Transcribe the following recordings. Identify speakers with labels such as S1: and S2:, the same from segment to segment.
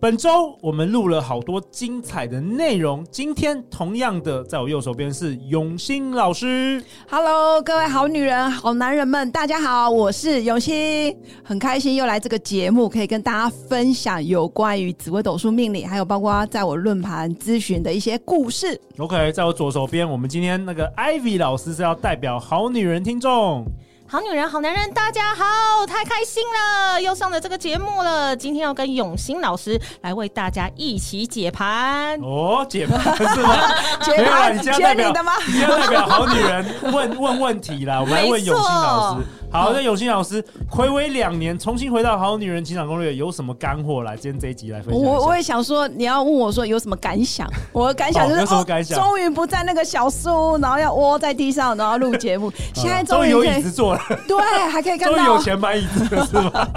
S1: 本周我们录了好多精彩的内容，今天同样的，在我右手边是永兴老师。
S2: Hello，各位好女人、好男人们，大家好，我是永熙，很开心又来这个节目，可以跟大家分享有关于紫微斗数命理，还有包括在我论盘咨询的一些故事。
S1: OK，在我左手边，我们今天那个 Ivy 老 师是要代表好女人听众。
S3: 好女人、好男人，大家好！太开心了，又上了这个节目了。今天要跟永兴老师来为大家一起解盘。
S1: 哦，解盘是吗？
S2: 解
S1: 没有啦
S2: 盘
S1: 你今天代
S2: 解
S1: 表
S2: 你的吗
S1: 你今天代表好女 人问问问题啦，我们来问永兴老
S3: 没
S1: 师。好，那永兴老师，暌违两年，重新回到《好女人情场攻略》，有什么干货来？今天这一集来分享一下。
S2: 我我也想说，你要问我说有什么感想？我的感想就是，
S1: 哦有什么感想
S2: 终于不在那个小树屋，然后要窝在地上，然后录 节目。现在
S1: 终
S2: 终
S1: 于
S2: 于
S1: 有
S2: 可
S1: 椅
S2: 以
S1: 子，坐了，
S2: 对，还可以 看
S1: 终于有
S2: 到，
S1: 钱买椅子了，是 吗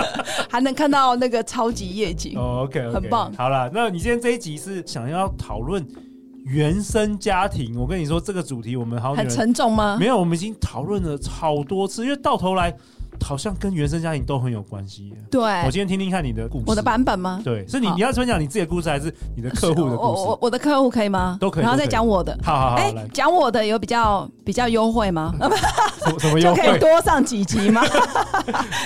S2: 还能看到那个超级夜景。
S1: ？OK，
S2: 很棒
S1: 好了，那你今天这一集是想要讨论原生家庭？我跟你说，这个主题我们好女
S2: 很
S1: 人
S2: 沉啊重吗？
S1: 没有，我们已经讨论了好多次，因为到头来好像跟原生家庭都很有关系耶。
S2: 对，
S1: 我今天听听看你的故事，
S2: 我的版本吗？
S1: 对，是你
S2: 嗯好
S1: 你要分享你自己的故事，还是你的客户的
S2: 我
S1: 故
S2: 哦我
S1: 事
S2: 我？我的客户可以吗？
S1: 都可以
S2: 然后
S1: 都可以
S2: 再讲我的。
S1: 好好好，
S2: 哎
S1: 来，
S2: 讲我的有比较比较优 惠吗？啊不
S1: 什么什么
S2: 就
S1: 优
S2: 可以
S1: 惠？
S2: 多上几集 吗？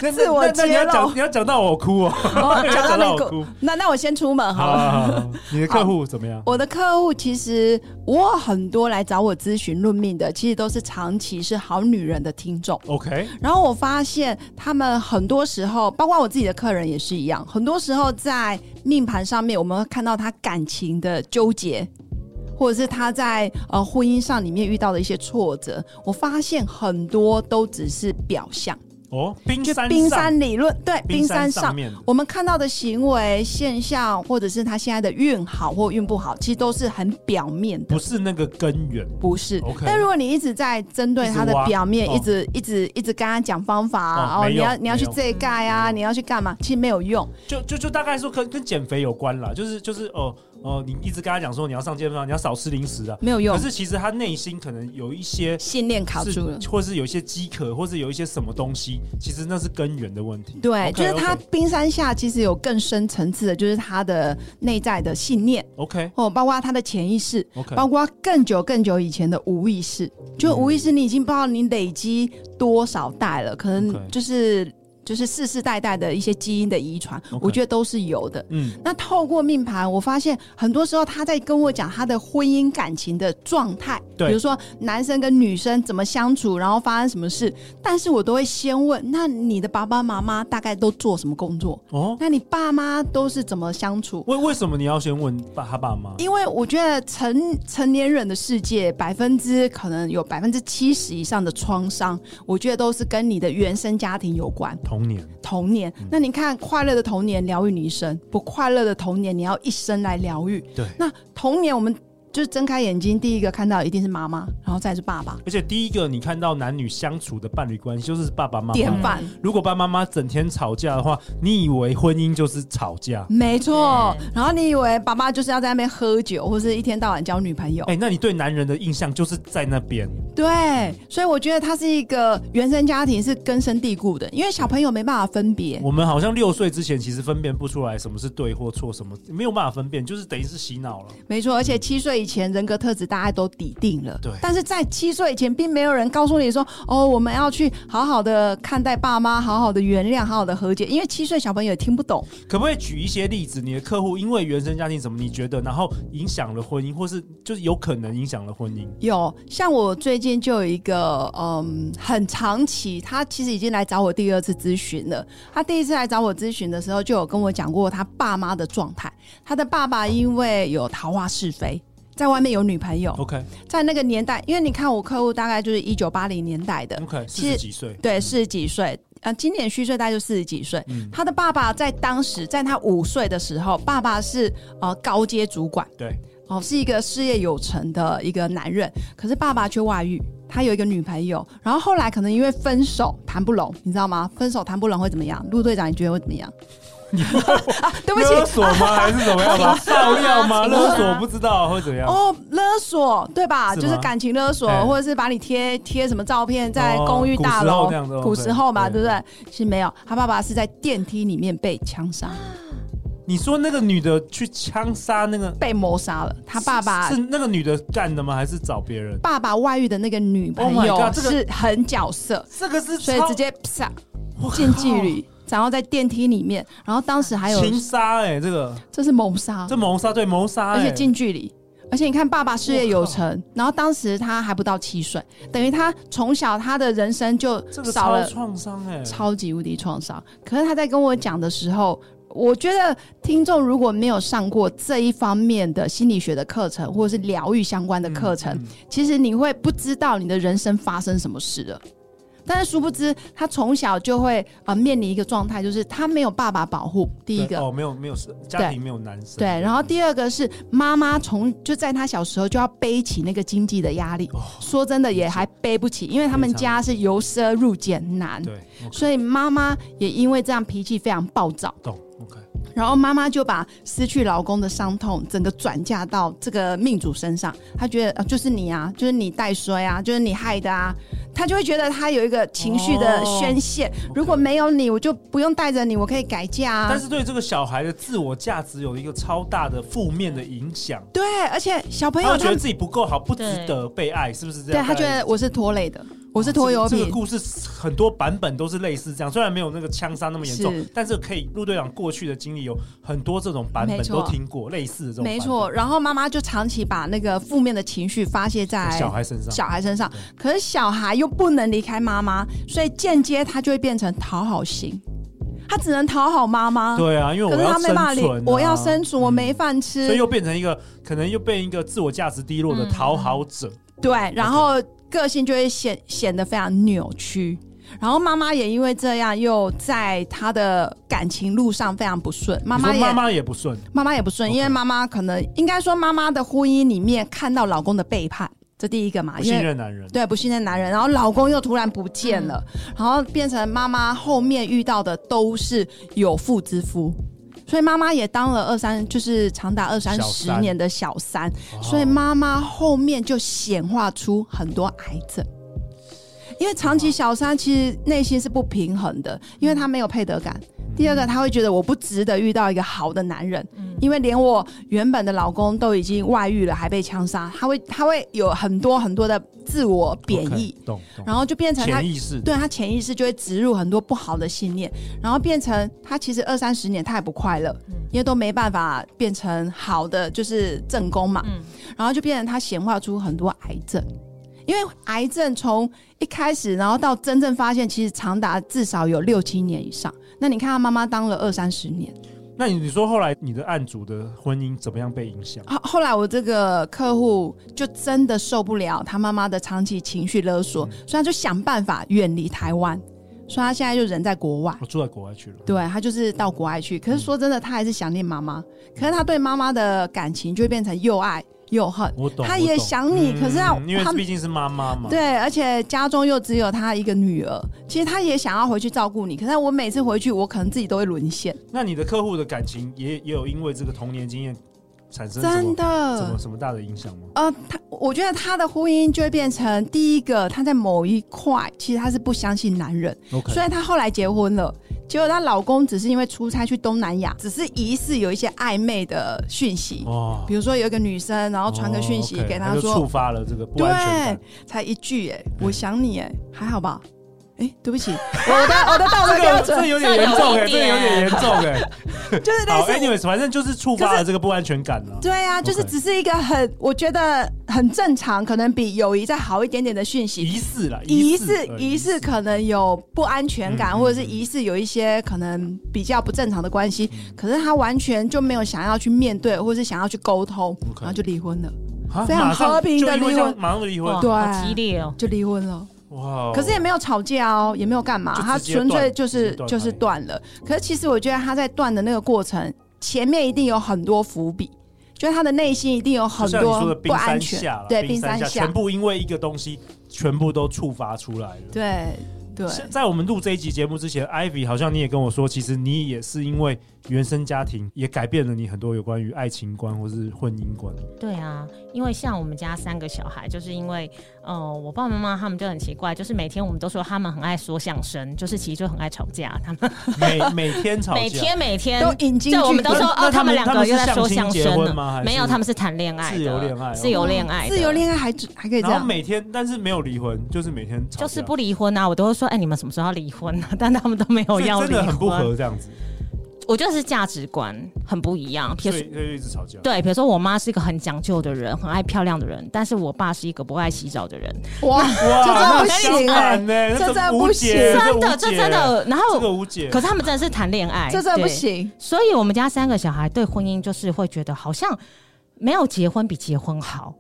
S1: 那
S2: 自我
S1: 那那你要
S2: 揭露
S1: 讲你要讲到我哭 哦，
S2: 哦
S1: 你要
S2: 讲到那
S1: 我
S2: 个
S1: 哭。
S2: 那那我先出门好
S1: 好啊
S2: 了。
S1: 好，好好你的客户怎么样？
S2: 我的客户其实我很多来找我咨询论命的，其实都是长期是好女人的听众。
S1: OK，
S2: 然后我发现他们很多时候，包括我自己的客人也是一样，很多时候在命盘上面，我们会看到他感情的纠结。或者是他在呃婚姻上里面遇到的一些挫折，我发现很多都只是表象，
S1: 哦，冰
S2: 就
S1: 山上
S2: 冰山理论，对，
S1: 冰
S2: 嗯冰山
S1: 上
S2: 上
S1: 面的
S2: 我们看到的行为现象，或者是他现在的运好或运不好，其实都是很表面的
S1: 不，是那个根源。
S2: 不是。
S1: OK
S2: 但如果你一直在针对他的
S1: 一直挖
S2: 表面，
S1: 哦
S2: 一直一直一直跟他讲方法啊，
S1: 哦
S2: 哦，
S1: 没
S2: 你
S1: 用
S2: 要你要
S1: 没
S2: 去
S1: 用
S2: 这盖啊，
S1: 没用
S2: 你要去干嘛，其实没有用。
S1: 就就就大概说跟跟减肥有关啦，就是就是哦哦，你一直跟他讲说你要上健身房，你要少吃零食啊，
S2: 没有用
S1: 可是其实他内心可能有一些
S2: 信念卡
S1: 是
S2: 住了，。
S1: 或是有一些饥渴，或是有一些什么东西，其实那是根源的问题。
S2: 对
S1: OK，
S2: 就是他冰山下其实有更深层次的，就是他的内在的信念，
S1: OK
S2: 哦，包括他的潜意识，
S1: OK，
S2: 包括更久更久以前的无意识，就无意识你已经不知道你累积多少代了，可
S1: OK
S2: 能就是就是世世代代的一些基因的遗传
S1: OK
S2: 我觉得都是有的。
S1: 嗯
S2: 那透过命盘，我发现很多时候他在跟我讲他的婚姻感情的状态，
S1: 对
S2: 比如说男生跟女生怎么相处，然后发生什么事，但是我都会先问，那你的爸爸妈妈大概都做什么工作？
S1: 哦，
S2: 那你爸妈都是怎么相处？
S1: 为为什么你要先问爸他爸妈？
S2: 因为我觉得成成年人的世界，百分之可能有百分之七十以上的创伤，我觉得都是跟你的原生家庭有关。
S1: 童年
S2: 童年，
S1: 嗯
S2: 那你看快乐的童年疗愈你一生，不快乐的童年你要一生来疗愈。
S1: 对
S2: 那童年我们就是睁开眼睛，第一个看到一定是妈妈，然后再是爸爸，
S1: 而且第一个，你看到男女相处的伴侣关系，就是爸爸妈
S2: 典
S1: 妈。
S2: 范。
S1: 如果爸爸妈妈整天吵架的话，你以为婚姻就是吵架？
S2: 没错
S3: 对，
S2: 然后你以为爸爸就是要在那边喝酒，或是一天到晚交女朋友，
S1: 哎、那你对男人的印象就是在那边
S2: 对，所以我觉得它是一个原生家庭是根深蒂固的，因为小朋友没办法分别。
S1: 我们好像六岁之前其实分辨不出来什么是对或错，什么没有办法分辨，就是等于是洗脑了。
S2: 没错，而且七岁以前人格特质大家都底定了。
S1: 对
S2: 但是在七岁以前，并没有人告诉你说，哦，我们要去好好的看待爸妈，好好的原谅，好好的和解，因为七岁小朋友也听不懂。
S1: 可不可以举一些例子？你的客户因为原生家庭什么，你觉得然后影响了婚姻，或是就是有可能影响了婚姻？
S2: 有像我最近就有一个，嗯，很长期，他其实已经来找我第二次咨询了。他第一次来找我咨询的时候，就有跟我讲过他爸妈的状态。他的爸爸因为有桃花是非，在外面有女朋友，
S1: OK
S2: 在那个年代，因为你看我客户大概就是一九八零年代的，
S1: OK，四
S2: 其
S1: 十
S2: 实
S1: 几岁，
S2: 对，四十几岁，呃，今年虚岁大概就四十几岁。他的爸爸在当时，在他五岁的时候，爸爸是呃高阶主管，
S1: 对，
S2: 哦，是一个事业有成的一个男人，可是爸爸却外遇，他有一个女朋友，然后后来可能因为分手谈不拢，你知道吗？分手谈不拢会怎么样？陆队长，你觉得会怎么样？啊，对不
S1: 勒
S2: 起。
S1: 索 吗？还是怎么样吗？爆料吗？
S3: 请
S1: 勒索
S3: 说
S1: 不知道会怎样？
S2: 哦，勒索对吧？
S1: 是吗
S2: 就是感情勒索
S1: 哎，
S2: 或者是把你贴贴什么照片在
S1: 哦
S2: 公寓大
S1: 古时候
S2: 楼
S1: 那样子哦，
S2: 古时候嘛，
S1: 对
S2: 对不对？其实没有，他爸爸是在电梯里面被枪杀，
S1: 你说那个女的去枪杀那个
S2: 被谋杀了。他爸爸
S1: 是是那个女的干的吗？还是找别人？
S2: 爸爸外遇的那个女朋
S1: Oh my
S2: 友
S1: god，这个
S2: 是狠角色，
S1: 这个是
S2: 所以
S1: 超
S2: 直接啪
S1: 我靠
S2: 近距离，然后在电梯里面，然后当时还有
S1: 情杀哎，这个
S2: 这是谋杀，
S1: 这谋杀对谋杀
S2: 而
S1: 哎，
S2: 且近距离。而且你看，爸爸事业有成，然后当时他还不到七岁，等于他从小他的人生就
S1: 这个
S2: 少
S1: 超
S2: 了
S1: 创伤哎，
S2: 超级无敌创伤。可是他在跟我讲的时候，我觉得听众如果没有上过这一方面的心理学的课程，或者是疗愈相关的课程，
S1: 嗯嗯
S2: 其实你会不知道你的人生发生什么事了。但是殊不知，他从小就会呃面临一个状态，就是他没有爸爸保护。第一
S1: 对
S2: 个，
S1: 哦，没有没有家庭没有男生
S2: 对，然后第二个是妈妈从就在他小时候就要背起那个经济的压力，
S1: 哦
S2: 说真的也还背不起，因为他们
S1: 非常
S2: 家是由奢入俭难，
S1: 对，OK，
S2: 所以妈妈也因为这样脾气非常暴躁，
S1: 懂 OK，
S2: 然后妈妈就把失去老公的伤痛整个转嫁到这个命主身上，她觉得、呃就是你啊，就是你带衰啊，就是你害的啊，她就会觉得她有一个情绪的
S1: 哦
S2: 宣泄，如果没有你，我就不用带着你，我可以改嫁啊。
S1: 但是对这个小孩的自我价值有一个超大的负面的影响，
S2: 对，而且小朋
S1: 他
S2: 友
S1: 会觉
S2: 他
S1: 得自己不够好，不值得被爱，是不是这
S2: 对
S1: 样？
S2: 他觉得我是拖累的，我是拖油
S1: 哦这个。
S2: 瓶
S1: 这个，故事很多版本都是类似这样，虽然没有那个枪杀那么严重
S2: 是，
S1: 但是可以陆队长过去的经历有很多这种版本
S2: 没错
S1: 都听过类似的这种，
S2: 没错。，然后妈妈就长期把那个负面的情绪发泄在
S1: 小孩身上
S2: 小孩身上，可是小孩又不能离开妈妈，所以间接他就会变成讨好型，他只能讨好妈妈。
S1: 对啊，因为
S2: 可
S1: 我
S2: 是
S1: 要
S2: 他没
S1: 生
S2: 办法离
S1: 存啊，，
S2: 我要生存，我
S1: 嗯
S2: 没饭
S1: 所以
S2: 吃。
S1: 又变成一个可能又变一个自我价值低落
S2: 嗯
S1: 的讨好者，
S2: 对，然后个性就会显显得非常扭曲。然后妈妈也因为这样，又在她的感情路上非常不顺。妈
S1: 你说
S2: 妈也
S1: 妈妈也不顺，
S2: 妈妈也不顺，
S1: OK
S2: 因为妈妈可能应该说妈妈的婚姻里面看到老公的背叛，这第一个嘛，
S1: 不
S2: 因
S1: 信
S2: 为
S1: 任男人，嗯
S2: 对不信任男人，然后老公又突然不见了，然后变成妈妈后面遇到的都是有妇之夫。所以妈妈也当了二三，就是长达二三
S1: 小
S2: 十
S1: 三
S2: 年的小三，
S1: 哦
S2: 所以妈妈后面就显化出很多癌症。因为长期小三其实内心是不平衡的，因为她没有配得感。第二个，她会觉得我不值得遇到一个好的男人，因为连我原本的老公都已经外遇了，还被枪杀，她会她会有很多很多的自我贬义
S1: OK，懂懂，
S2: 然后就变成她
S1: 潜意识
S2: 对她潜意识就会植入很多不好的信念，然后变成她其实二三十年她也不快乐，因为都没办法变成好的就是正宫嘛，
S3: 嗯
S2: 然后就变成她显化出很多癌症，因为癌症从一开始，然后到真正发现，其实长达至少有六七年以上。那你看她妈妈当了二三十年，
S1: 那你你说后来你的案主的婚姻怎么样被影响？
S2: 后啊后来我这个客户就真的受不了他妈妈的长期情绪勒索，所以他就想办法远离台湾，所以他现在就人在国外。
S1: 我住在国外去了，
S2: 对他就是到国外
S1: 嗯
S2: 去，可是说真的，他还是想念妈妈。可是他对妈妈的感情就会变成又爱又恨。
S1: 我懂，
S2: 他
S1: 我
S2: 也
S1: 懂
S2: 想你，可是他
S1: 嗯因为
S2: 他
S1: 毕竟是妈妈嘛，
S2: 对，而且家中又只有他一个女儿，其实他也想要回去照顾你。可是我每次回去，我可能自己都会沦陷，
S1: 那你的客户的感情也也有因为这个童年经验产生什
S2: 真
S1: 么什
S2: 的
S1: 么。什么大的影响吗？
S2: 呃，他我觉得他的婚姻就会变成第一个，他在某一块其实他是不相信男人
S1: OK
S2: 虽然她后来结婚了，结果她老公只是因为出差去东南亚，只是疑似有一些暧昧的讯息，
S1: 哦，
S2: 比如说有一个女生，然后传个讯息
S1: 哦，OK，
S2: 给
S1: 那
S2: 他
S1: 就
S2: 说，
S1: 触发了这个不
S2: 对
S1: 安全感。，
S2: 才一句哎、我想你哎、还好吧？哎、对不起，我的我的道德标
S1: 这
S2: 准
S1: 个有点严重哎，这
S3: 这
S1: 个
S3: 有一点
S1: 有点严重哎。
S2: 啊 就是类
S1: 好
S2: 似
S1: ，anyways，反正就是触发
S2: 可
S1: 了这个不安全感了。
S2: 对啊，就是
S1: OK
S2: 只是一个很我觉得很正常，可能比友谊再好一点点的讯息。
S1: 疑似啦，
S2: 疑
S1: 似
S2: 似
S1: 呃
S2: 疑似可能有不安全感，
S1: 嗯
S2: 或者是疑似有一些可能比较不正常的关系，
S1: 嗯
S2: 可是他完全就没有想要去面对，或是想要去沟通
S1: OK
S2: 然后就离婚了，
S1: 啊
S2: 非常
S1: 马上
S2: 和平
S1: 就
S2: 的
S1: 因为
S2: 离
S1: 这样
S2: 婚
S1: 马上就离婚
S3: 哇，
S2: 对啊
S3: 好激烈哦，
S2: 就离婚了。
S1: 哇哦，
S2: 可是也没有吵架哦，也没有干嘛，
S1: 就直
S2: 他
S1: 接
S2: 纯粹
S1: 断
S2: 就
S1: 直
S2: 是
S1: 接断
S2: 就是
S1: 而已
S2: 断了。可是其实我觉得他在断的那个过程，前面一定有很多伏笔，就是他的内心一定有
S1: 就
S2: 很
S1: 像你说
S2: 多
S1: 的
S2: 不
S1: 冰
S2: 安
S1: 山
S2: 全
S1: 下啦，
S2: 对
S1: 冰
S2: 冰山
S1: 下，全部因为一个东西，全部都触发出来了。
S2: 对对
S1: 是在我们录这一集节目之前，Ivy 好像你也跟我说，其实你也是因为原生家庭也改变了你很多有关于爱情观或是婚姻 观。
S3: 对啊，因为像我们家三个小孩，就是因为呃，我爸爸妈妈他们就很奇怪，就是每天我们都说他们很爱说相声，就是其实就很爱吵架，他们
S1: 每每天吵架，
S3: 每天每天
S2: 都引进
S3: 对，我们都
S2: 去
S3: 说
S1: 那
S3: 哦，
S1: 他
S3: 他
S1: 们
S3: 们两
S1: 他们
S3: 个
S1: 是
S3: 又在说
S1: 相
S3: 相
S1: 亲结
S3: 声
S1: 婚
S3: 了
S1: 吗还是
S3: 没有，他们是谈恋爱的，
S1: 自由恋爱哦
S3: 自由恋爱的，
S2: 自由恋爱还还可以这
S1: 然后
S2: 样，
S1: 每天，但是没有离婚，就是每天吵架，
S3: 就是 不离婚啊！我都会说，哎、你们什么时候要离婚啊？ 但他们都没有
S1: 所以
S3: 要
S1: 真
S3: 离
S1: 的很不
S3: 婚。
S1: 合这样 子，
S3: 我觉得是价值观很不一样。
S1: 所
S3: 比如说，
S1: 以所以一直吵架。
S3: 对，比如说我妈是一个很讲究的人，很爱漂亮的人，但是我爸是一个不爱洗澡的人。
S2: 哇，
S1: 哇，
S2: 这真的不
S1: 那
S2: 行
S1: 相
S2: 哎、
S1: 反
S3: 欸
S1: 呢
S2: 这
S1: 这
S2: 真的
S1: 无
S2: 不
S1: 解
S2: 行
S1: 这
S3: 真
S1: 无
S3: 的，这
S1: 解
S3: 真的。然
S1: 这个
S3: 后，
S1: 无解。
S3: 可是他们真的是谈恋爱，
S2: 这真的不
S3: 对。
S2: 行。
S3: 所以我们家三个小孩对婚姻就是会觉得好像没有结婚比结婚好。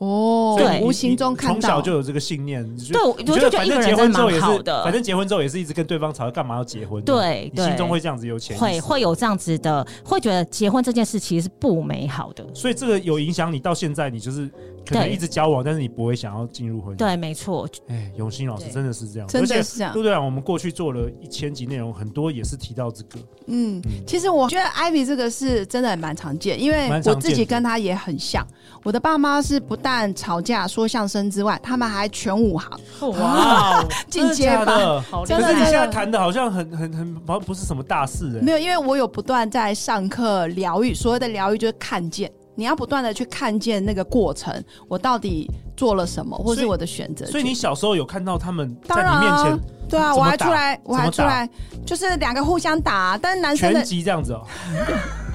S2: 哦，
S3: 对
S1: 你
S2: 无形中看
S1: 你从小
S2: 到
S1: 就有这个信念，你觉
S3: 对，
S1: 得
S3: 我我
S1: 你
S3: 就觉得
S1: 反
S3: 一
S1: 正
S3: 个
S1: 结婚
S3: 人真
S1: 之
S3: 的
S1: 后也
S3: 蛮好
S1: 是，
S3: 的。
S1: 反正结婚之后也是一直跟对方吵架，干嘛要结婚？，
S3: 对
S1: 你
S3: 对，
S1: 心中会这样子有潜意识
S3: 会会有这样子的，会觉得结婚这件事其实是不美好的。
S1: 所以这个有影响你到现在，你就是可能
S3: 对
S1: 一直交往，但是你不会想要进入婚姻。
S3: 对，没错，
S1: 哎，永兴老师
S3: 对
S1: 真的是这样，
S2: 真
S1: 而
S2: 的
S1: 且
S2: 是这样。
S1: 陆队啊长，我们过去做了一千集内容，很多也是提到这个，
S2: 嗯
S1: 嗯，
S2: 其实我觉得艾比这个是真的蛮常见，因为
S1: 蛮常
S2: 我
S1: 见
S2: 自己
S1: 的
S2: 跟他也很像。我的爸妈是不但吵架、说相声之外，他们还全武行，
S1: 啊哇，
S2: 哦
S1: 哦
S2: 进阶
S1: 真的假
S2: 版。
S1: 的。
S3: 好厉
S2: 真
S1: 可
S2: 的
S1: 是你
S3: 害！
S1: 现在谈的好像很很很好像不是什么大事
S2: 没
S1: 哎，
S2: 有，因为我有不断在上课疗愈，所谓的疗愈就是看见，你要不断的去看见那个过程，我到底做了什么，或
S1: 所以
S2: 是我的选择。
S1: 所以你小时候有看到他们在
S2: 当然
S1: 你面
S2: 啊
S1: 前
S2: 对啊，
S1: 怎么
S2: 我还
S1: 打
S2: 出来，我还
S1: 怎
S2: 出
S1: 么打
S2: 来，就是两个互相打，但是男生
S1: 拳
S2: 的
S1: 击这样子哦，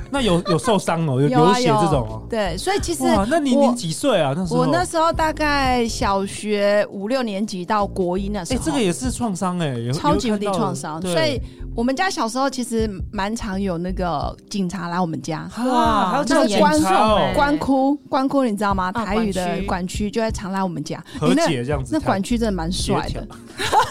S1: 那有有受伤哦，有
S2: 有
S1: 流
S2: 啊
S1: 血
S2: 有
S1: 这种哦。
S2: 对，所以其实
S1: 哇，那你你
S2: 我
S1: 几岁啊？那时候
S2: 我那时候大概小学五六年级到国一那时
S1: 哎，
S2: 候，
S1: 这个也是创伤哎，有
S2: 超级无敌
S1: 有看到
S2: 创伤。
S1: 对
S2: 所以我们家小时候其实蛮常有那个警察来我们家。
S1: 哇，还有啊这
S2: 那
S1: 种
S2: 是
S1: 警
S2: 关
S1: 察哦
S3: 哎
S2: 关哭，关哭，你知道吗？
S3: 啊
S2: 台语
S3: 管
S2: 的
S3: 区
S2: 管区就会常来我们家。
S1: 和
S2: 你那
S1: 解这样子
S2: 那
S1: 谈，
S2: 管区真的蛮帅
S1: 协调
S2: 的，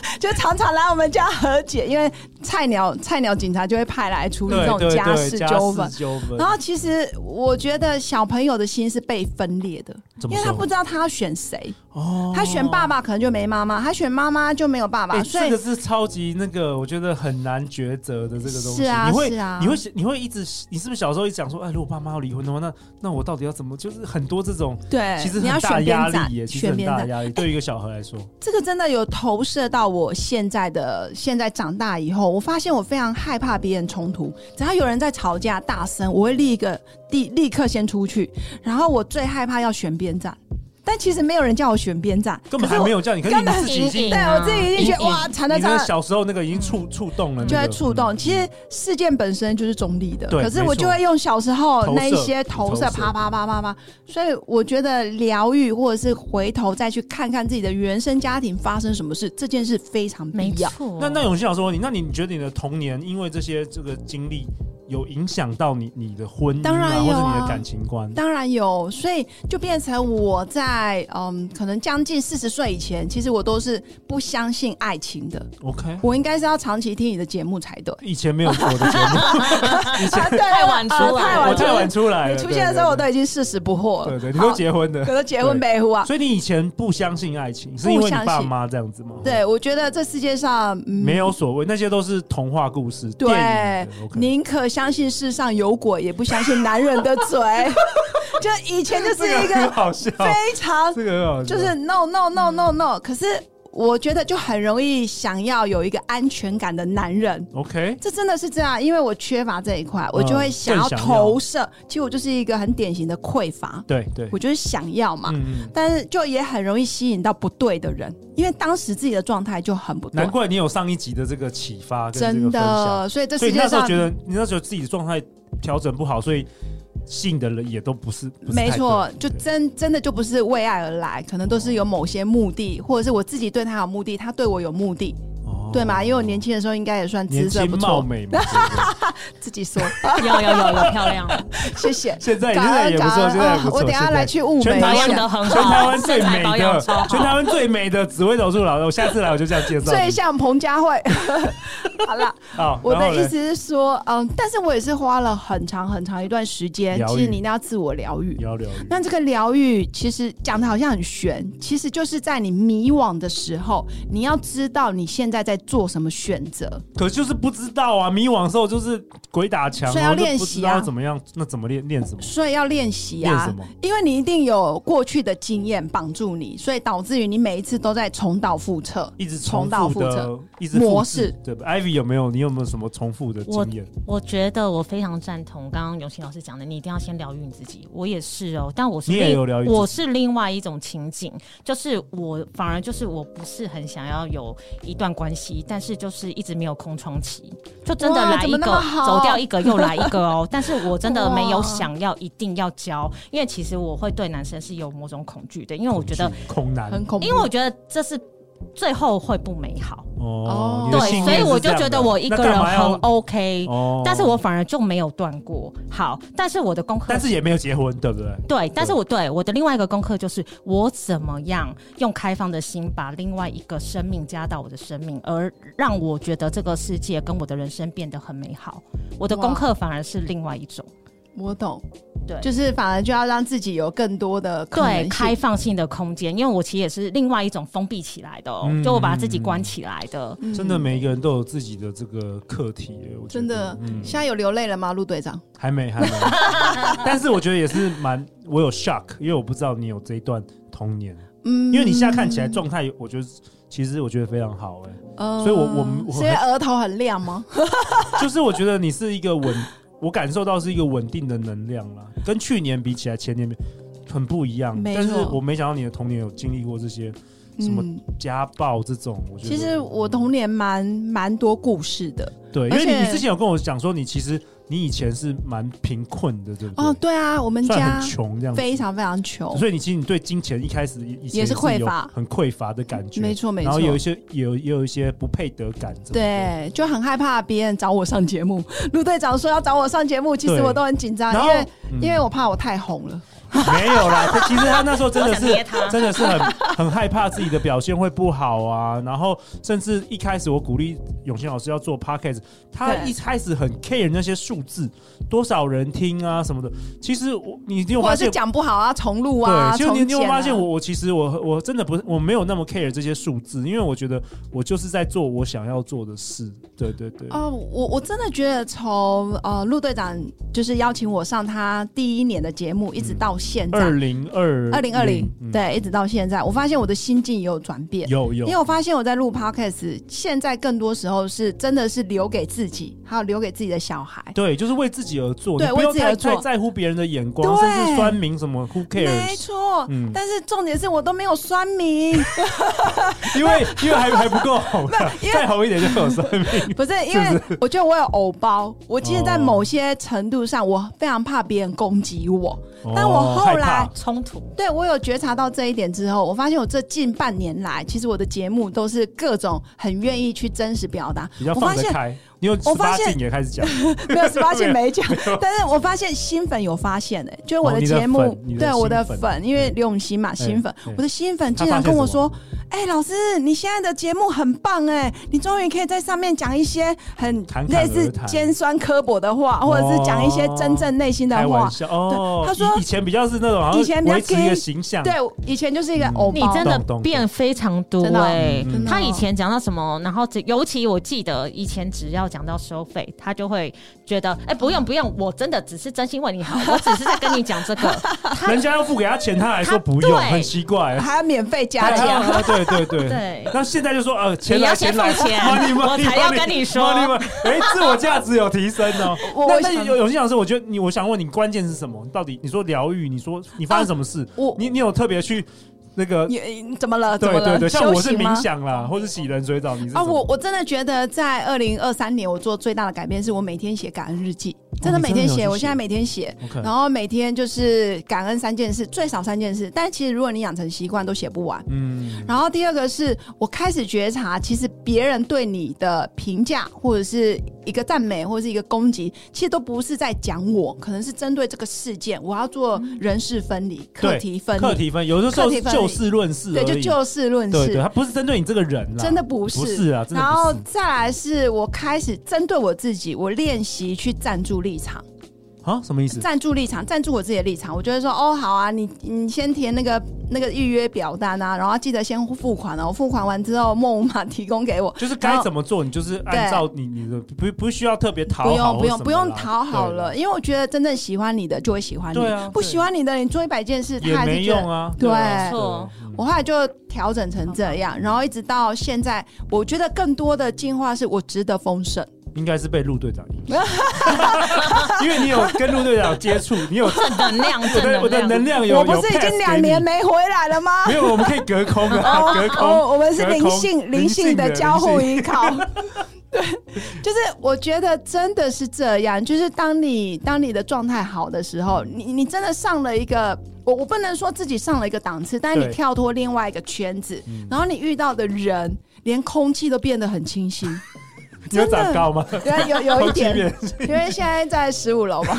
S2: 就常常来我们家和解，因为菜鸟菜鸟警察就会派来处理这
S1: 对
S2: 种
S1: 对
S2: 家
S1: 对
S2: 事纠纷。啊
S1: 纠纷
S2: 然后其实我觉得小朋友的心是被分裂的，
S1: 怎么
S2: 因为他
S1: 说
S2: 不知道他要选谁，
S1: 哦
S2: 他选爸爸可能就没妈妈，他选妈妈就没有爸
S1: 哎、
S2: 爸，所
S1: 这
S2: 以
S1: 个是超级那个，我觉得很难抉择的这个东西。
S2: 是啊
S1: 你会
S2: 是啊
S1: 你会你会一直，你是不是小时候一直讲说，哎，如果爸妈要离婚的话，那那我到底要怎么？就是很多这种，
S2: 对，
S1: 其实
S2: 你要
S1: 很大
S2: 选
S1: 的
S2: 边
S1: 压
S2: 站
S1: 力耶，，其实
S2: 选
S1: 很
S2: 边
S1: 大的
S2: 站，
S1: 压
S2: 哎
S1: 力，对于一个小孩来说，
S2: 这个真的有投射到我现在的现在长大以后，我发现我非常害怕别人冲突，只要有人在吵架大声，我会立一个立立刻先出去，然后我最害怕要选边站，但其实没有人叫我选边站，
S1: 根本还
S2: 可
S1: 没
S2: 是我
S1: 有嗯这样。你可是
S2: 根
S1: 你
S2: 本
S1: 自己已经，
S3: 隐
S1: 你
S3: 隐
S2: 对我自己已经觉
S3: 隐
S2: 得
S3: 隐
S2: 哇，惨了惨
S1: 那
S2: 了。
S1: 小时候那个已经触触动了、那个，
S2: 就会触动。
S1: 嗯
S2: 其实事件本身就是中立的，
S1: 对
S2: 可是
S1: 没
S2: 我
S1: 错
S2: 就会用小时候
S1: 投射
S2: 那一些投射
S1: 投射
S2: 啪啪啪啪啪。所以我觉得疗愈或者是回头再去看看自己的原生家庭发生什么事，这件事非常必
S3: 没
S2: 要。
S3: 错。
S1: 那那永信老师问你，那你你觉得你的童年因为这些这个经历有影响到你你的婚姻、啊、
S2: 当然
S1: 或
S2: 有
S1: 者你的
S2: 啊
S1: 感情观？
S2: 当然有，所以就变成我在嗯，可能将近四十岁以前，其实我都是不相信爱情的。
S1: OK，
S2: 我应该是要长期听你的节目才 对。
S1: 以前没有我的节目，
S2: 啊，对，
S3: 太晚出来
S2: 呃 太
S1: 我
S2: 晚出
S1: 太晚
S2: 来。
S1: 出来了。
S2: 你出现的时候，我
S1: 对
S2: 都已经四十不惑了。
S1: 对对，对你都
S2: 好
S1: 结婚的，
S2: 可都结婚没啊。
S1: 所以你以前不相信爱情，是因为你爸妈这样子吗？，
S2: 对，我觉得这世界上、嗯、
S1: 没有所谓，那些都是童话故事、
S2: 对
S1: 电影的。OK
S2: 宁可相信世上有鬼，也不相信男人的 嘴。就以前就是
S1: 这
S2: 一
S1: 个很
S2: 个
S1: 好笑，
S2: 非常
S1: 这个很好笑，
S2: 就是 no no no no
S1: 嗯
S2: no，可是我觉得就很容易想要有一个安全感的男人。
S1: OK。
S2: 这真的是这样，因为我缺乏这一块，我就会想要
S1: 哦更想要
S2: 投射。其实我就是一个很典型的匮乏，
S1: 对对，
S2: 我就是想要嘛，
S1: 嗯，嗯
S2: 但是就也很容易吸引到不对的人，因为当时自己的状态就很不对
S1: 难。怪你有上一集的这个启发跟这
S2: 真
S1: 个分享。
S2: 的，所以这
S1: 所以
S2: 世
S1: 你那
S2: 界
S1: 时候
S2: 上
S1: 觉得你那时候自己的状态调整不好，所以信的人也都不是，不是
S2: 没
S1: 太
S2: 错，
S1: 对
S2: 就
S1: 对
S2: 真真的就不是为爱而来，可能都是有某些目的，或者是我自己对他有目的，他对我有目的，
S1: 哦
S2: 对吗？因为我年轻的时候应该也算
S1: 年
S2: 姿色
S1: 轻
S2: 不
S1: 貌
S2: 错，
S1: 美嘛，对不对
S2: 自己说，
S3: 有有有有漂亮，
S2: 谢谢。
S1: 现在现
S2: 感
S1: 在
S2: 恩
S1: 也不
S2: 感
S1: 错，
S2: 恩
S1: 现在也不错。
S2: 啊！我等一下
S1: 现在
S2: 来去雾眉
S1: 全台
S3: 保
S2: 一
S3: 养
S2: 下
S3: 的，很好，
S1: 全台湾最
S3: 身材
S1: 美
S3: 保养超
S1: 的，
S3: 好
S1: 全台湾最美的紫薇斗数老师，我下次来我就这样介绍你。
S2: 最像彭佳慧。 好啦，
S1: 啊，
S2: 我
S1: 然
S2: 的
S1: 后嘞
S2: 意思是说，嗯，但是我也是花了很长很长一段时间，
S1: 疗愈
S2: 其实你一定要自我疗愈。
S1: 也要疗愈，
S2: 那这个疗愈其实讲的好像很玄，其实就是在你迷惘的时候，你要知道你现在在做什么选择。
S1: 可就是不知道啊，迷惘的时候就是鬼打墙，
S2: 所以
S1: 然后
S2: 要
S1: 就
S2: 练
S1: 不
S2: 习
S1: 知道
S2: 啊
S1: 怎么样，那怎么练练什么？
S2: 所以要练习
S1: 练
S2: 啊
S1: 什么，
S2: 因为你一定有过去的经验绑住你，所以导致于你每一次都在重蹈覆辙。
S1: 一直重
S2: 重蹈
S1: 复
S2: 覆
S1: 的
S2: 辙，
S1: 一直复制
S2: 模式，
S1: 对吧？Ivy 有没有？你有没有什么重复的经验？
S3: 我觉得我非常赞同刚刚永琪老师讲的，你一定要先疗愈你自己。我也是哦，但我是
S1: 你也
S3: 另
S1: 有疗愈自己
S3: 我是另外一种情景，就是我反而就是我不是很想要有一段关系，但是就是一直没有空窗期，就真的
S2: 哇
S3: 来
S2: 怎
S3: 一
S2: 么那么
S3: 个
S2: 好
S3: 走掉一个又来一个哦。但是我真的没有
S2: 哇
S3: 想要一定要交，因为其实我会对男生是有某种恐惧的，因为我觉得，
S1: 恐难
S2: 很恐怖，
S3: 因为我觉得这是最后会不美好。
S1: 哦
S2: 哦，
S1: 你的
S3: 对，
S1: 信念
S3: 所以
S1: 是
S3: 我就
S1: 这样
S3: 觉得
S1: 的
S3: 我一个
S1: 那干
S3: 人
S1: 嘛
S3: 很
S1: 要
S3: OK，
S1: 哦
S3: 但是我反而就没有断过。好，但是我的功课，
S1: 但是也没有结婚，对不对？
S3: 对，但是我对我的另外一个功课就是，我怎么样用开放的心把另外一个生命加到我的生命，而让我觉得这个世界跟我的人生变得很美好。我的功课反而是另外一种，
S2: 我懂，
S3: 对
S1: 嗯
S2: 就是反而就要让自己有更多的可能
S3: 对
S2: 性
S3: 开放性的空间，因为我其实也是另外一种封闭起来的、哦，
S1: 嗯
S3: 就我把自己关起来的。
S1: 真的每一个人都有自己的这个课题耶，我觉得
S2: 真的，
S1: 嗯，
S2: 现在有流泪了吗，陆队长？
S1: 还没还没， 但是我觉得也是蛮，我有 shock，因为我不知道你有这一段童年，
S2: 嗯
S1: 因为你现在看起来状态，我觉得其实我觉得非常好哎，
S2: 呃
S1: 所以我我们我
S2: 所以额头很亮吗？
S1: 就是我觉得你是一个稳，我感受到是一个稳定的能量啦，跟去年比起来，前年比很不一样，
S2: 没
S1: 但是
S2: 错
S1: 我没想到你的童年有经历过这些什么
S2: 嗯，
S1: 家暴这种，我觉得
S2: 其实我童年蛮蛮多故事的
S1: 对，因为你
S2: 而且
S1: 你之前有跟我讲说，你其实你以前是蛮贫困的，对不对？
S2: 哦。对啊，我们
S1: 算
S2: 家
S1: 很穷这样子，
S2: 非常非常穷，
S1: 所以你其实你对金钱一开始以前
S2: 也是匮
S1: 有
S2: 乏
S1: 很匮乏的感觉，
S2: 没错没
S1: 然后有一
S2: 错。
S1: 些有也有一些不配得感，这种，
S2: 对，就很害怕别人找我上节目。 陆队长说要找我上节目，其实
S1: 对
S2: 我都很紧张，
S1: 然
S2: 因
S1: 后
S2: 为、
S1: 嗯
S2: 因为我怕我太红了。
S1: 没有啦。他其实他那时候真的
S3: 我想捏
S1: 是
S3: 他
S1: 真的是很很害怕自己的表现会不好啊。然后甚至一开始我鼓励永兴老师要做 podcast，他
S2: 对
S1: 一开始很 care 那些数字，多少人听啊什么的。其实我你你有
S2: 或
S1: 发
S2: 者是
S1: 现
S2: 讲不好啊，重录啊，
S1: 对，就
S2: 重
S1: 你你有没
S2: 剪
S1: 有
S2: 啊
S1: 发现我我其实我我真的不是我没有那么 care 这些数字，因为我觉得我就是在做我想要做的事。对对对，
S2: 哦，我我真的觉得从呃陆队长就是邀请我上他第一年的节目，一直到现在
S1: 二零二
S2: 二零二零
S1: 嗯，
S2: 对，一直到现在，我发现我的心境也有转变。
S1: 有有
S2: 因为我发现我在录 podcast，现在更多时候是真的是留给自己，还有留给自己的小孩。
S1: 对，就是为自己而做，
S2: 对
S1: 你不用
S2: 为自己而
S1: 太
S2: 做
S1: 太在乎别人的眼光，
S2: 对
S1: 甚至酸民什么，Who
S2: 没
S1: cares？
S2: 错，
S1: 嗯
S2: 但是重点是我都没有酸民，
S1: 因为因为还还不 够红啊，
S2: 因为
S1: 再红一点就有酸民。
S2: 不是因为我觉得我有偶包，我其实在某些程度上，我非常怕别人攻击我。但我后来
S1: 哦
S3: 冲突，
S2: 对我有觉察到这一点之后，我发现我这近半年来，其实我的节目都是各种很愿意去真实表达
S1: 比较。
S2: 我
S1: 放
S2: 发
S1: 得
S2: 现
S1: 开，你有十
S2: 我
S1: 八
S2: 发现
S1: 禁也开始 讲，
S2: 没 有十八禁没讲，但是我发现新粉有发现哎、就是我
S1: 哦
S2: 的
S1: 你的
S2: 节目，
S1: 粉你的
S2: 对
S1: 新
S2: 我的
S1: 粉
S2: 粉，因为刘永新嘛，新粉，
S1: 对
S2: 我的新粉
S1: 他
S2: 竟然
S1: 发现
S2: 跟我
S1: 什么
S2: 说，哎、老师，你现在的节目很棒哎、你终于可以在上面讲一些很
S1: 侃侃
S2: 类
S1: 而
S2: 似
S1: 谈
S2: 尖酸刻薄的话，或者是讲一些真正内心的
S1: 开
S2: 话
S1: 玩。笑哦。
S2: 对他说
S1: 以以前比较是那种，好像
S2: 以前比较
S1: 维持一个
S2: gay，
S1: 形象，
S2: 对，以前就是一
S1: 嗯
S2: 个偶
S3: 你
S2: 包，
S3: 真的
S1: 懂懂
S3: 变非常多
S2: 真的哦
S3: 哎、
S1: 嗯
S2: 真的
S3: 他以
S2: 哦
S3: 前讲到什么，然后只尤其我记得以前只要讲到收费，他就会觉得，哎、不用不用，我真的只是真心为你好，我只是在跟你讲这个。他
S1: 人家要付给他钱，他还说不用，
S3: 对
S1: 很奇怪。
S2: 还要免费加
S1: 他
S2: 价。
S1: 他他 啊对对对
S3: 对
S1: 那现在就说呃，钱
S3: 你
S1: 来
S3: 要先
S1: 钱来，
S3: 付钱
S1: money, money,
S3: 我才要
S1: money,
S3: 跟你说
S1: money, money 哎，自我价值有提升哦。
S2: 我
S1: 那
S2: 我
S1: 那
S2: 想
S1: 有有些老师，我觉得你，我想问你，关键是什么？到底你说疗愈，你说你发生什么事？
S2: 我
S1: 你你有特别去那个？
S2: 你怎么了？怎
S1: 对
S2: 么了？
S1: 对对，像我是
S2: 修行吗
S1: 冥想啦，或是洗冷水澡，你是
S2: 啊，
S1: 什么
S2: 我我真的觉得在二零二三年，我做最大的改变是我每天写感恩日记。哦真的每天写，
S1: 有去
S2: 我现在每天写，
S1: OK，
S2: 然后每天就是感恩三件事，最少三件事。但其实如果你养成习惯，都写不完。
S1: 嗯，
S2: 然后第二个是我开始觉察，其实别人对你的评价或者是一个赞美或者是一个攻击，其实都不是在讲我，可能是针对这个事件，我要做人事分离、课题分
S1: 课
S2: 离，
S1: 题分，有的时候
S2: 课
S1: 是
S2: 题分离
S1: 就事论事而
S2: 对，
S1: 已，
S2: 就就事论
S1: 对对，
S2: 事。
S1: 他不是针对你这个人啦，
S2: 真的不是，
S1: 不是啊，真的
S2: 然后
S1: 不是
S2: 再来是我开始针对我自己，我练习去站住立场。
S1: 啊，什么意思？
S2: 站住立场，站住我自己的立场。我就会说，哦，好啊，你你先填那个那个预约表单啊，然后记得先付款哦。付款完之后，莫无码提供给我，
S1: 就是该怎么做，你就是按照你你的，不不需要特别讨
S2: 不
S1: 好
S2: 用
S1: 或什
S2: 不
S1: 么啦，
S2: 用不用讨好了，
S1: 对，
S2: 因为我觉得真正喜欢你的就会喜欢你，
S1: 对啊
S2: 不
S1: 对
S2: 喜欢你的你做一百件事，他
S1: 也
S2: 还
S1: 没
S2: 是觉
S1: 用
S2: 得。
S1: 啊，
S2: 对
S1: 啊
S3: 没错，
S1: 嗯
S2: 我后来就调整成这样，然后一直到现在，我觉得更多的进化是我值得丰盛。
S1: 应该是被陆队长影 响，因为你有跟陆队长接触，你有
S3: 能量，
S1: 我
S3: 正
S1: 的我的
S3: 能
S1: 能
S3: 量。
S1: 量有，
S2: 我不是
S1: 有
S2: 已
S1: pass
S2: 经两
S1: 给你
S2: 年没回来了 吗？
S1: 没有，我们可以隔空啊，隔空。
S2: 哦，我们是
S1: 隔
S2: 灵
S1: 空
S2: 性
S1: 灵
S2: 灵性的
S1: 性的
S2: 交互
S1: 灵
S2: 依靠。对，就是我觉得真的是这样，就是当你当你的状态好的时候，你你真的上了一个，我我不能说自己上了一个档次，但是
S1: 对嗯
S2: 你跳脱另外一个圈子，然后你遇到的人，连空气都变得很 清新。
S1: 你有长高吗？
S2: 对，有有一点
S1: 空气，变
S2: 因为现在在十五楼嘛，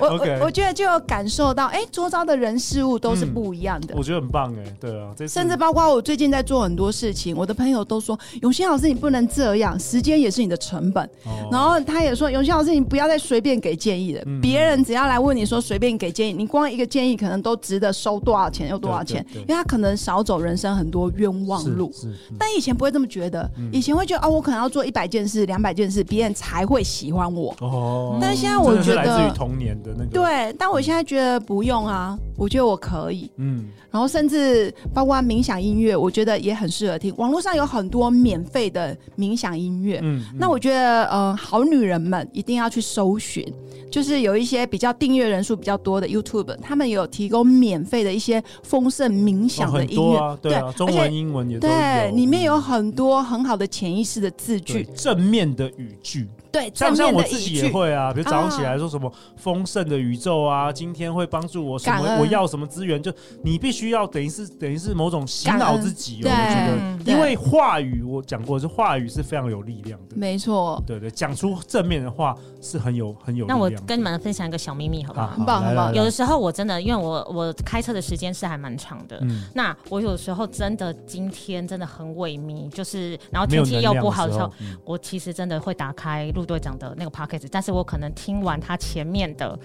S2: 我
S1: OK
S2: 我我觉得就有感受到，哎、周遭的人事物都是
S1: 嗯
S2: 不一样的。
S1: 我觉得很棒哎，对啊，这次
S2: 甚至包括我最近在做很多事情，我的朋友都说永新老师你不能这样，时间也是你的成本。
S1: 哦
S2: 然后他也说永新老师你不要再随便给建议了，
S1: 嗯
S2: 别人只要来问你说随便给建议，你光一个建议可能都值得收多少钱又多少钱，
S1: 对对对
S2: 因为他可能少走人生很多冤枉
S1: 是嗯
S2: 路。
S1: 是嗯是
S2: 但以前不会这么觉得，以前会觉得哦，我可能要做一百件事、两百件事，别人才会喜欢我。
S1: 哦，
S2: 但现在
S1: 真
S2: 我
S1: 的
S2: 觉
S1: 是来自于
S2: 得，
S1: 童年的那个，，
S2: 对，但我现在觉得不用啊，我觉得我可以。
S1: 嗯，
S2: 然后甚至包括冥想音乐，我觉得也很适合听。网络上有很多免费的冥想音乐，
S1: 嗯，
S2: 那我觉得，呃，好女人们一定要去搜寻，就是有一些比较订阅人数比较多的 YouTube，他们有提供免费的一些丰盛冥
S1: 哦
S2: 想的
S1: 很
S2: 音
S1: 多
S2: 乐，
S1: 啊，对啊，中
S2: 而
S1: 文、
S2: 且
S1: 英文也都
S2: 对，里面有
S1: 嗯
S2: 很多很好的潜意识的字
S1: 对
S2: 句，
S1: 正面的语句，
S2: 对，
S1: 像
S2: 正
S1: 嗯像
S2: 面
S1: 我
S2: 的
S1: 自己
S2: 一
S1: 也
S2: 句。
S1: 会啊，比如早上起来说什么丰盛的宇宙啊，今天会帮助我什
S2: 感
S1: 么，
S2: 恩
S1: 我要什么资源，就你必须要等于是等于是某种洗
S2: 感
S1: 脑
S2: 恩
S1: 自己哦，
S2: 对
S1: 我觉得。
S3: 嗯
S2: 对
S1: 因为话语，我讲过，是话语是非常有力量的。
S2: 没错，
S1: 对对，讲出正面的话是很有很有力
S3: 那
S1: 量
S3: 我
S1: 的。
S3: 跟你们分享一个小秘密，好不好？
S2: 很棒
S1: 来
S2: 很棒
S1: 来来
S3: 有的时候我真的，因为我我开车的时间是还蛮长的。
S1: 嗯，
S3: 那我有时候真的今天真的很萎靡，就是然后
S1: 没有
S3: 天气
S1: 能
S3: 又
S1: 量
S3: 不好的
S1: 时
S3: 时候，，
S1: 嗯
S3: 我其实真的会打开陆队长的那个 p o c k e t 但是我可能听完他前面的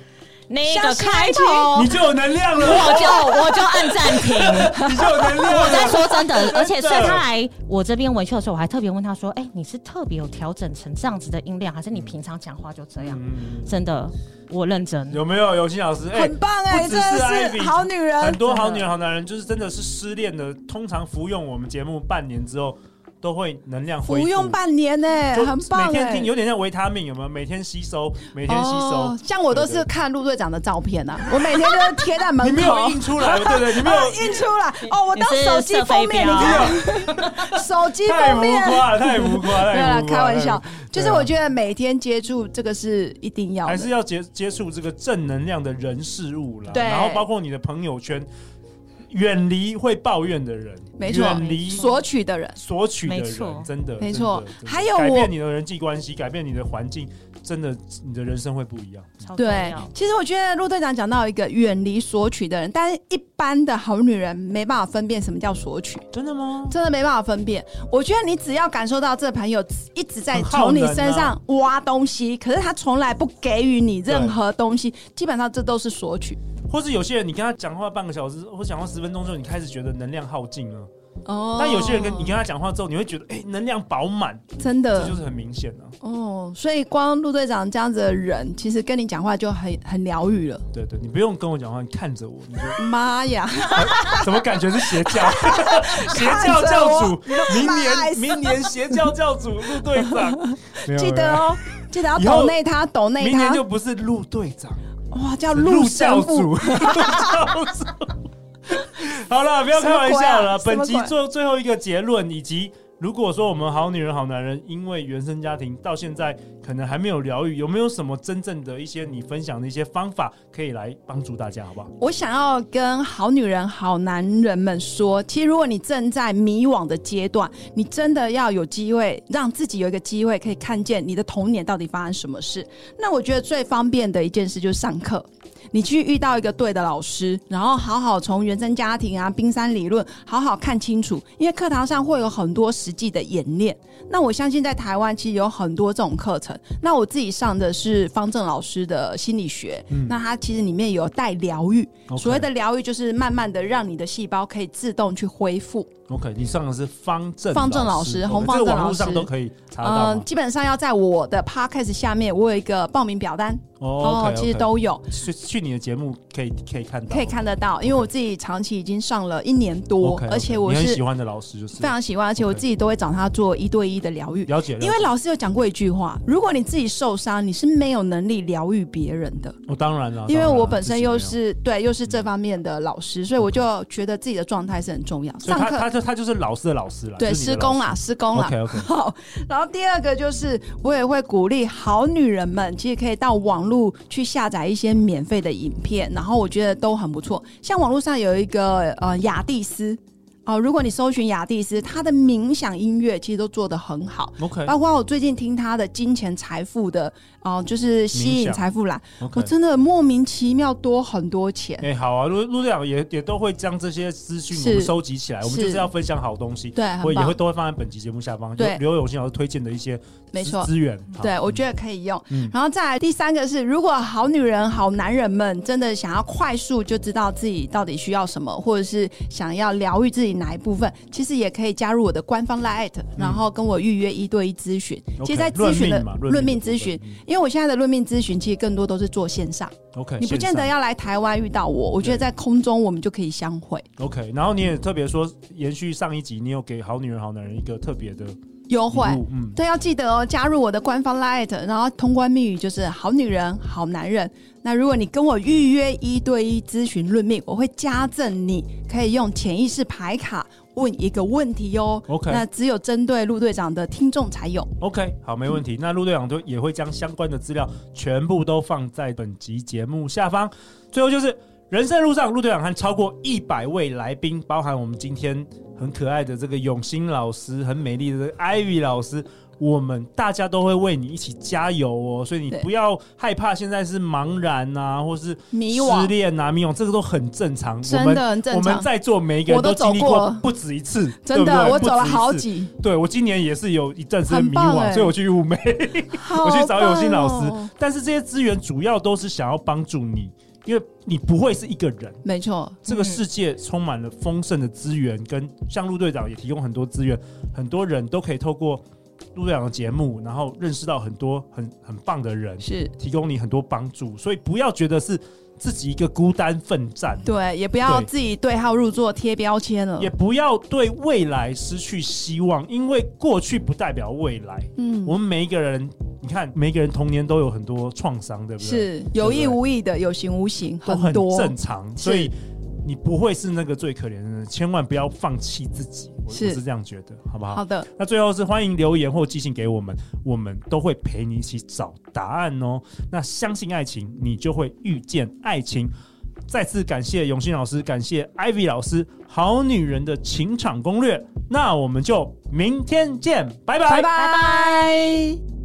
S3: 那个
S2: 相信
S3: 开
S2: 爱情
S3: 头
S1: 你，就有能量了，
S3: 我就我就按暂停。
S1: 你就有能量
S3: 我在
S1: 了。
S3: 说真的，而且所以他来我这边维修的时候，我还特别问他说：“哎、你是特别有调整成这样子的音量，还是你平常讲话就这样？”
S1: 嗯，
S3: 真的，我认真。
S1: 有没有尤欣老师？哎，
S2: 很棒哎、
S1: 不只
S2: 真
S1: 是
S2: 的是
S1: Ivy，
S2: 好女人
S1: 很。多好
S3: 真的
S1: 女人、好男人，就是真的是失恋的，通常服用我们节目半年之后，都会能量
S2: 服
S1: 恢复。
S2: 用半年呢、
S1: 就
S2: 很棒
S1: 每
S2: 哎、
S1: 天听有点像维他命，有没有？每天吸收，每天吸收
S2: 哦。，像我都
S1: 对
S2: 是看陆队长的照片啊，我每天都是贴在门
S1: 你
S2: 口，
S1: 没有印出 来，对不对？你没有
S2: 哦，印出来哦，我当
S3: 你是
S2: 手机封面，
S3: 射飞镖
S2: 你看 手机
S1: 太
S2: 封面
S1: 浮，夸了，太浮夸了，
S2: 没有
S1: 太
S2: 啦，
S1: 浮夸了
S2: 开玩笑，，就是
S1: 对啊
S2: 我觉得哦每天接触这个是一定要
S1: 还
S2: 的
S1: 是。要接接触这个正能量的人事物啦。
S2: 对
S1: 然后包括你的朋友圈，远离会抱怨的人，
S2: 没错
S1: 远离
S2: 索取的人，
S1: 索取的
S3: 没
S1: 人，
S3: 错
S1: 真的
S2: 没错
S1: 真的真的
S2: 还有
S1: 改
S2: 我
S1: 变你的人际关系，改变你的环境，真的你的人生会不一样。
S3: 超重
S2: 对
S3: 要，
S2: 其实我觉得陆队长讲到一个远离索取的人，但是一般的好女人没办法分辨什么叫索取，
S1: 真的吗？
S2: 真的没办法分辨。我觉得你只要感受到这朋友一直在
S1: 很耗
S2: 从
S1: 能
S2: 你
S1: 啊
S2: 身上挖东西，可是他从来不给予你任何东西，基本上这都是索取。
S1: 或是有些人，你跟他讲话半个小时，或讲话十分钟之后，你开始觉得能量耗尽了。
S2: 哦
S1: 但有些人跟你跟他讲话之后，你会觉得哎、能量饱满，
S2: 真的
S1: 这就是很明显啊。
S2: 哦，所以光陆队长这样子的人，其实跟你讲话就很很疗愈了。
S1: 对对，你不用跟我讲话，你看着我，你就
S2: 妈呀，
S1: 怎么感觉是邪 教？邪教教主，明
S2: 爱
S1: 年
S2: 死
S1: 明年邪教教主陆队长，
S2: 记得哦，记得要
S1: 以后
S2: 抖内他，抖内
S1: 明年
S2: 他
S1: 就，不是陆队长，
S2: 哇， 叫
S1: 陆
S2: 陆
S1: 教主，
S2: 神父，
S1: 陆教主。好了，不要开玩笑了。
S2: 什么鬼啊
S1: 本集
S2: 什么鬼
S1: 做最后一个结论，以及如果说我们好女人、好男人，因为原生家庭到现在可能还没有疗愈，有没有什么真正的一些你分享的一些方法，可以来帮助大家，好不好？
S2: 我想要跟好女人、好男人们说，其实如果你正在迷惘的阶段，你真的要有机会让自己有一个机会可以看见你的童年到底发生什么事。那我觉得最方便的一件事就是上课。你去遇到一个对的老师，然后好好从原生家庭啊、冰山理论好好看清楚，因为课堂上会有很多实际的演练。那我相信在台湾其实有很多这种课程。那我自己上的是方正老师的心理学，那它其实里面有带疗愈，
S1: 嗯 OK
S2: 所谓的疗愈就是慢慢的让你的细胞可以自动去恢复。
S1: OK，你上的是方正
S2: 方正老
S1: 师
S2: 师，洪
S1: OK，
S2: 方
S1: 这个
S2: 正
S1: 网络
S2: 老
S1: 上
S2: 师
S1: 都可以查得到
S2: 嗯，
S1: 吗。
S2: 基本上要在我的 podcast 下面，我有一个报名表单
S1: 哦，OK，
S2: 其实
S1: OK
S2: 都有，
S1: 去去你的节目可以可以看到，
S2: 可以看得到。因为我自己长期已经上了一年多
S1: OK，OK，
S2: 而且我
S1: 你很
S2: 是
S1: 喜欢的老师，就是
S2: 非常喜欢，而且我
S1: OK
S2: 自己都会找他做一对一的疗愈。
S1: 了解，了解
S2: 因为老师有讲过一句话：如果你自己受伤，你是没有能力疗愈别人的。
S1: 我哦当然了，
S2: 因为
S1: 当然
S2: 我
S1: 了
S2: 本身又，是对又是这
S1: 嗯
S2: 方面的老师，所以我就觉得自己的状态是很重要。
S1: 自己没有所以他
S2: 上课
S1: 他就他就是老师的老师了，
S2: 对施工啦，
S1: 啦，
S2: 施工啊
S1: OK
S2: 啦。
S1: OK，
S2: 好，然后第二个就是，我也会鼓励好女人们，其实可以到网络去下载一些免费的影片，然后我觉得都很不错。像网络上有一个呃雅蒂斯哦、如果你搜寻雅蒂斯，她的冥想音乐其实都做得很好。
S1: OK
S2: 包括我最近听她的金钱财富的，哦、就是吸
S1: 冥
S2: 引
S1: 想
S2: 财富啦，我
S1: OK。
S2: 真的莫名其妙多很多钱。
S1: 哎、好啊，陆陆队长也也都会将这些资讯
S2: 是
S1: 我们收集起来，我们
S2: 是
S1: 就是要分享好东西，
S2: 对，
S1: 我
S2: 很
S1: 也
S2: 棒
S1: 会，都会放在本集节目下方，
S2: 对
S1: 刘刘永新老师推荐的一些
S2: 没
S1: 资
S2: 错，
S1: 资源，好
S2: 对，我觉得可以用。
S1: 嗯
S2: 然后再来第三个是，如果好女人、好男人们真的想要快速就知道自己到底需要什么，或者是想要疗愈自己哪一部分，其实也可以加入我的官方 Line，然后跟我预约一对一咨询。
S1: 嗯 OK，
S2: 其实，在咨询的
S1: 论命嘛论
S2: 论
S1: 命的
S2: 命
S1: 部分
S2: 咨询
S1: 嗯，
S2: 因为我现在的论命咨询其实更多都是做线上，
S1: OK，
S2: 你不见得要来台湾遇到我，我觉得
S1: 对
S2: 在空中我们就可以相会。
S1: OK，然后你也特别说，延续上一集，你有给好女人、好男人一个特别的
S2: 优惠，
S1: 礼物嗯，
S2: 对，要记得哦，加入我的官方 Light，然后通关密语就是“好女人，好男人”。那如果你跟我预约一对一咨询论命，我会加赠你可以用潜意识牌卡问一个问题哦。
S1: OK
S2: 那只有针对陆队长的听众才有。
S1: OK，好，没问题。
S2: 嗯
S1: 那陆队长都也会将相关的资料全部都放在本集节目下方。最后就是人生路上，陆队长和超过一百位来宾，包含我们今天很可爱的这个永兴老师，很美丽的这个 Ivy 老师。我们大家都会为你一起加油哦，所以你
S2: 对
S1: 不要害怕，现在是茫然啊，或是
S2: 迷惘
S1: 失恋啊、迷惘，这个都很正常。我
S2: 真
S1: 们
S2: 的很
S1: 我
S2: 正
S1: 们
S2: 常，
S1: 在座每一个人
S2: 我都
S1: 经历
S2: 走过
S1: 过
S2: 了
S1: 不止一次，对
S2: 真
S1: 不
S2: 的，
S1: 对
S2: 我走了好。
S1: 不止一次
S2: 几，
S1: 对我今年也是有一阵子的迷
S2: 很棒
S1: 惘，
S2: 哦哎
S1: 所以我去雾眉。
S2: 我
S1: 我去找永信老
S2: 哦
S1: 师。但是这些资源主要都是想要帮助你，因为你不会是一个人。
S2: 没错，
S1: 这个世界充满了丰盛的资源，跟像陆队长也提供很多资源，很多人都可以透过陆队长的节目，然后认识到很多很很棒的人，
S2: 是
S1: 提供你很多帮助。所以不要觉得是自己一个孤单奋战，
S2: 对，也不要
S1: 对
S2: 自己对号入座贴标签了
S1: 也。不要对未来失去希望，因为过去不代表未来。
S2: 嗯，
S1: 我们每一个人，你看，每一个人童年都有很多创伤，对不对？
S2: 是有意无意的，有形无形，
S1: 都
S2: 很
S1: 很
S2: 多
S1: 正常，所以你不会是那个最可怜的人，千万不要放弃自己。我我
S2: 是
S1: 是这样觉得，好不好？
S2: 好的，
S1: 那最后是欢迎留言或寄信给我们，我们都会陪你一起找答案哦。那相信爱情，你就会遇见爱情。再次感谢永信老师，感谢 Ivy 老师，《好女人的情场攻略》。那我们就明天见，拜拜
S2: 拜拜。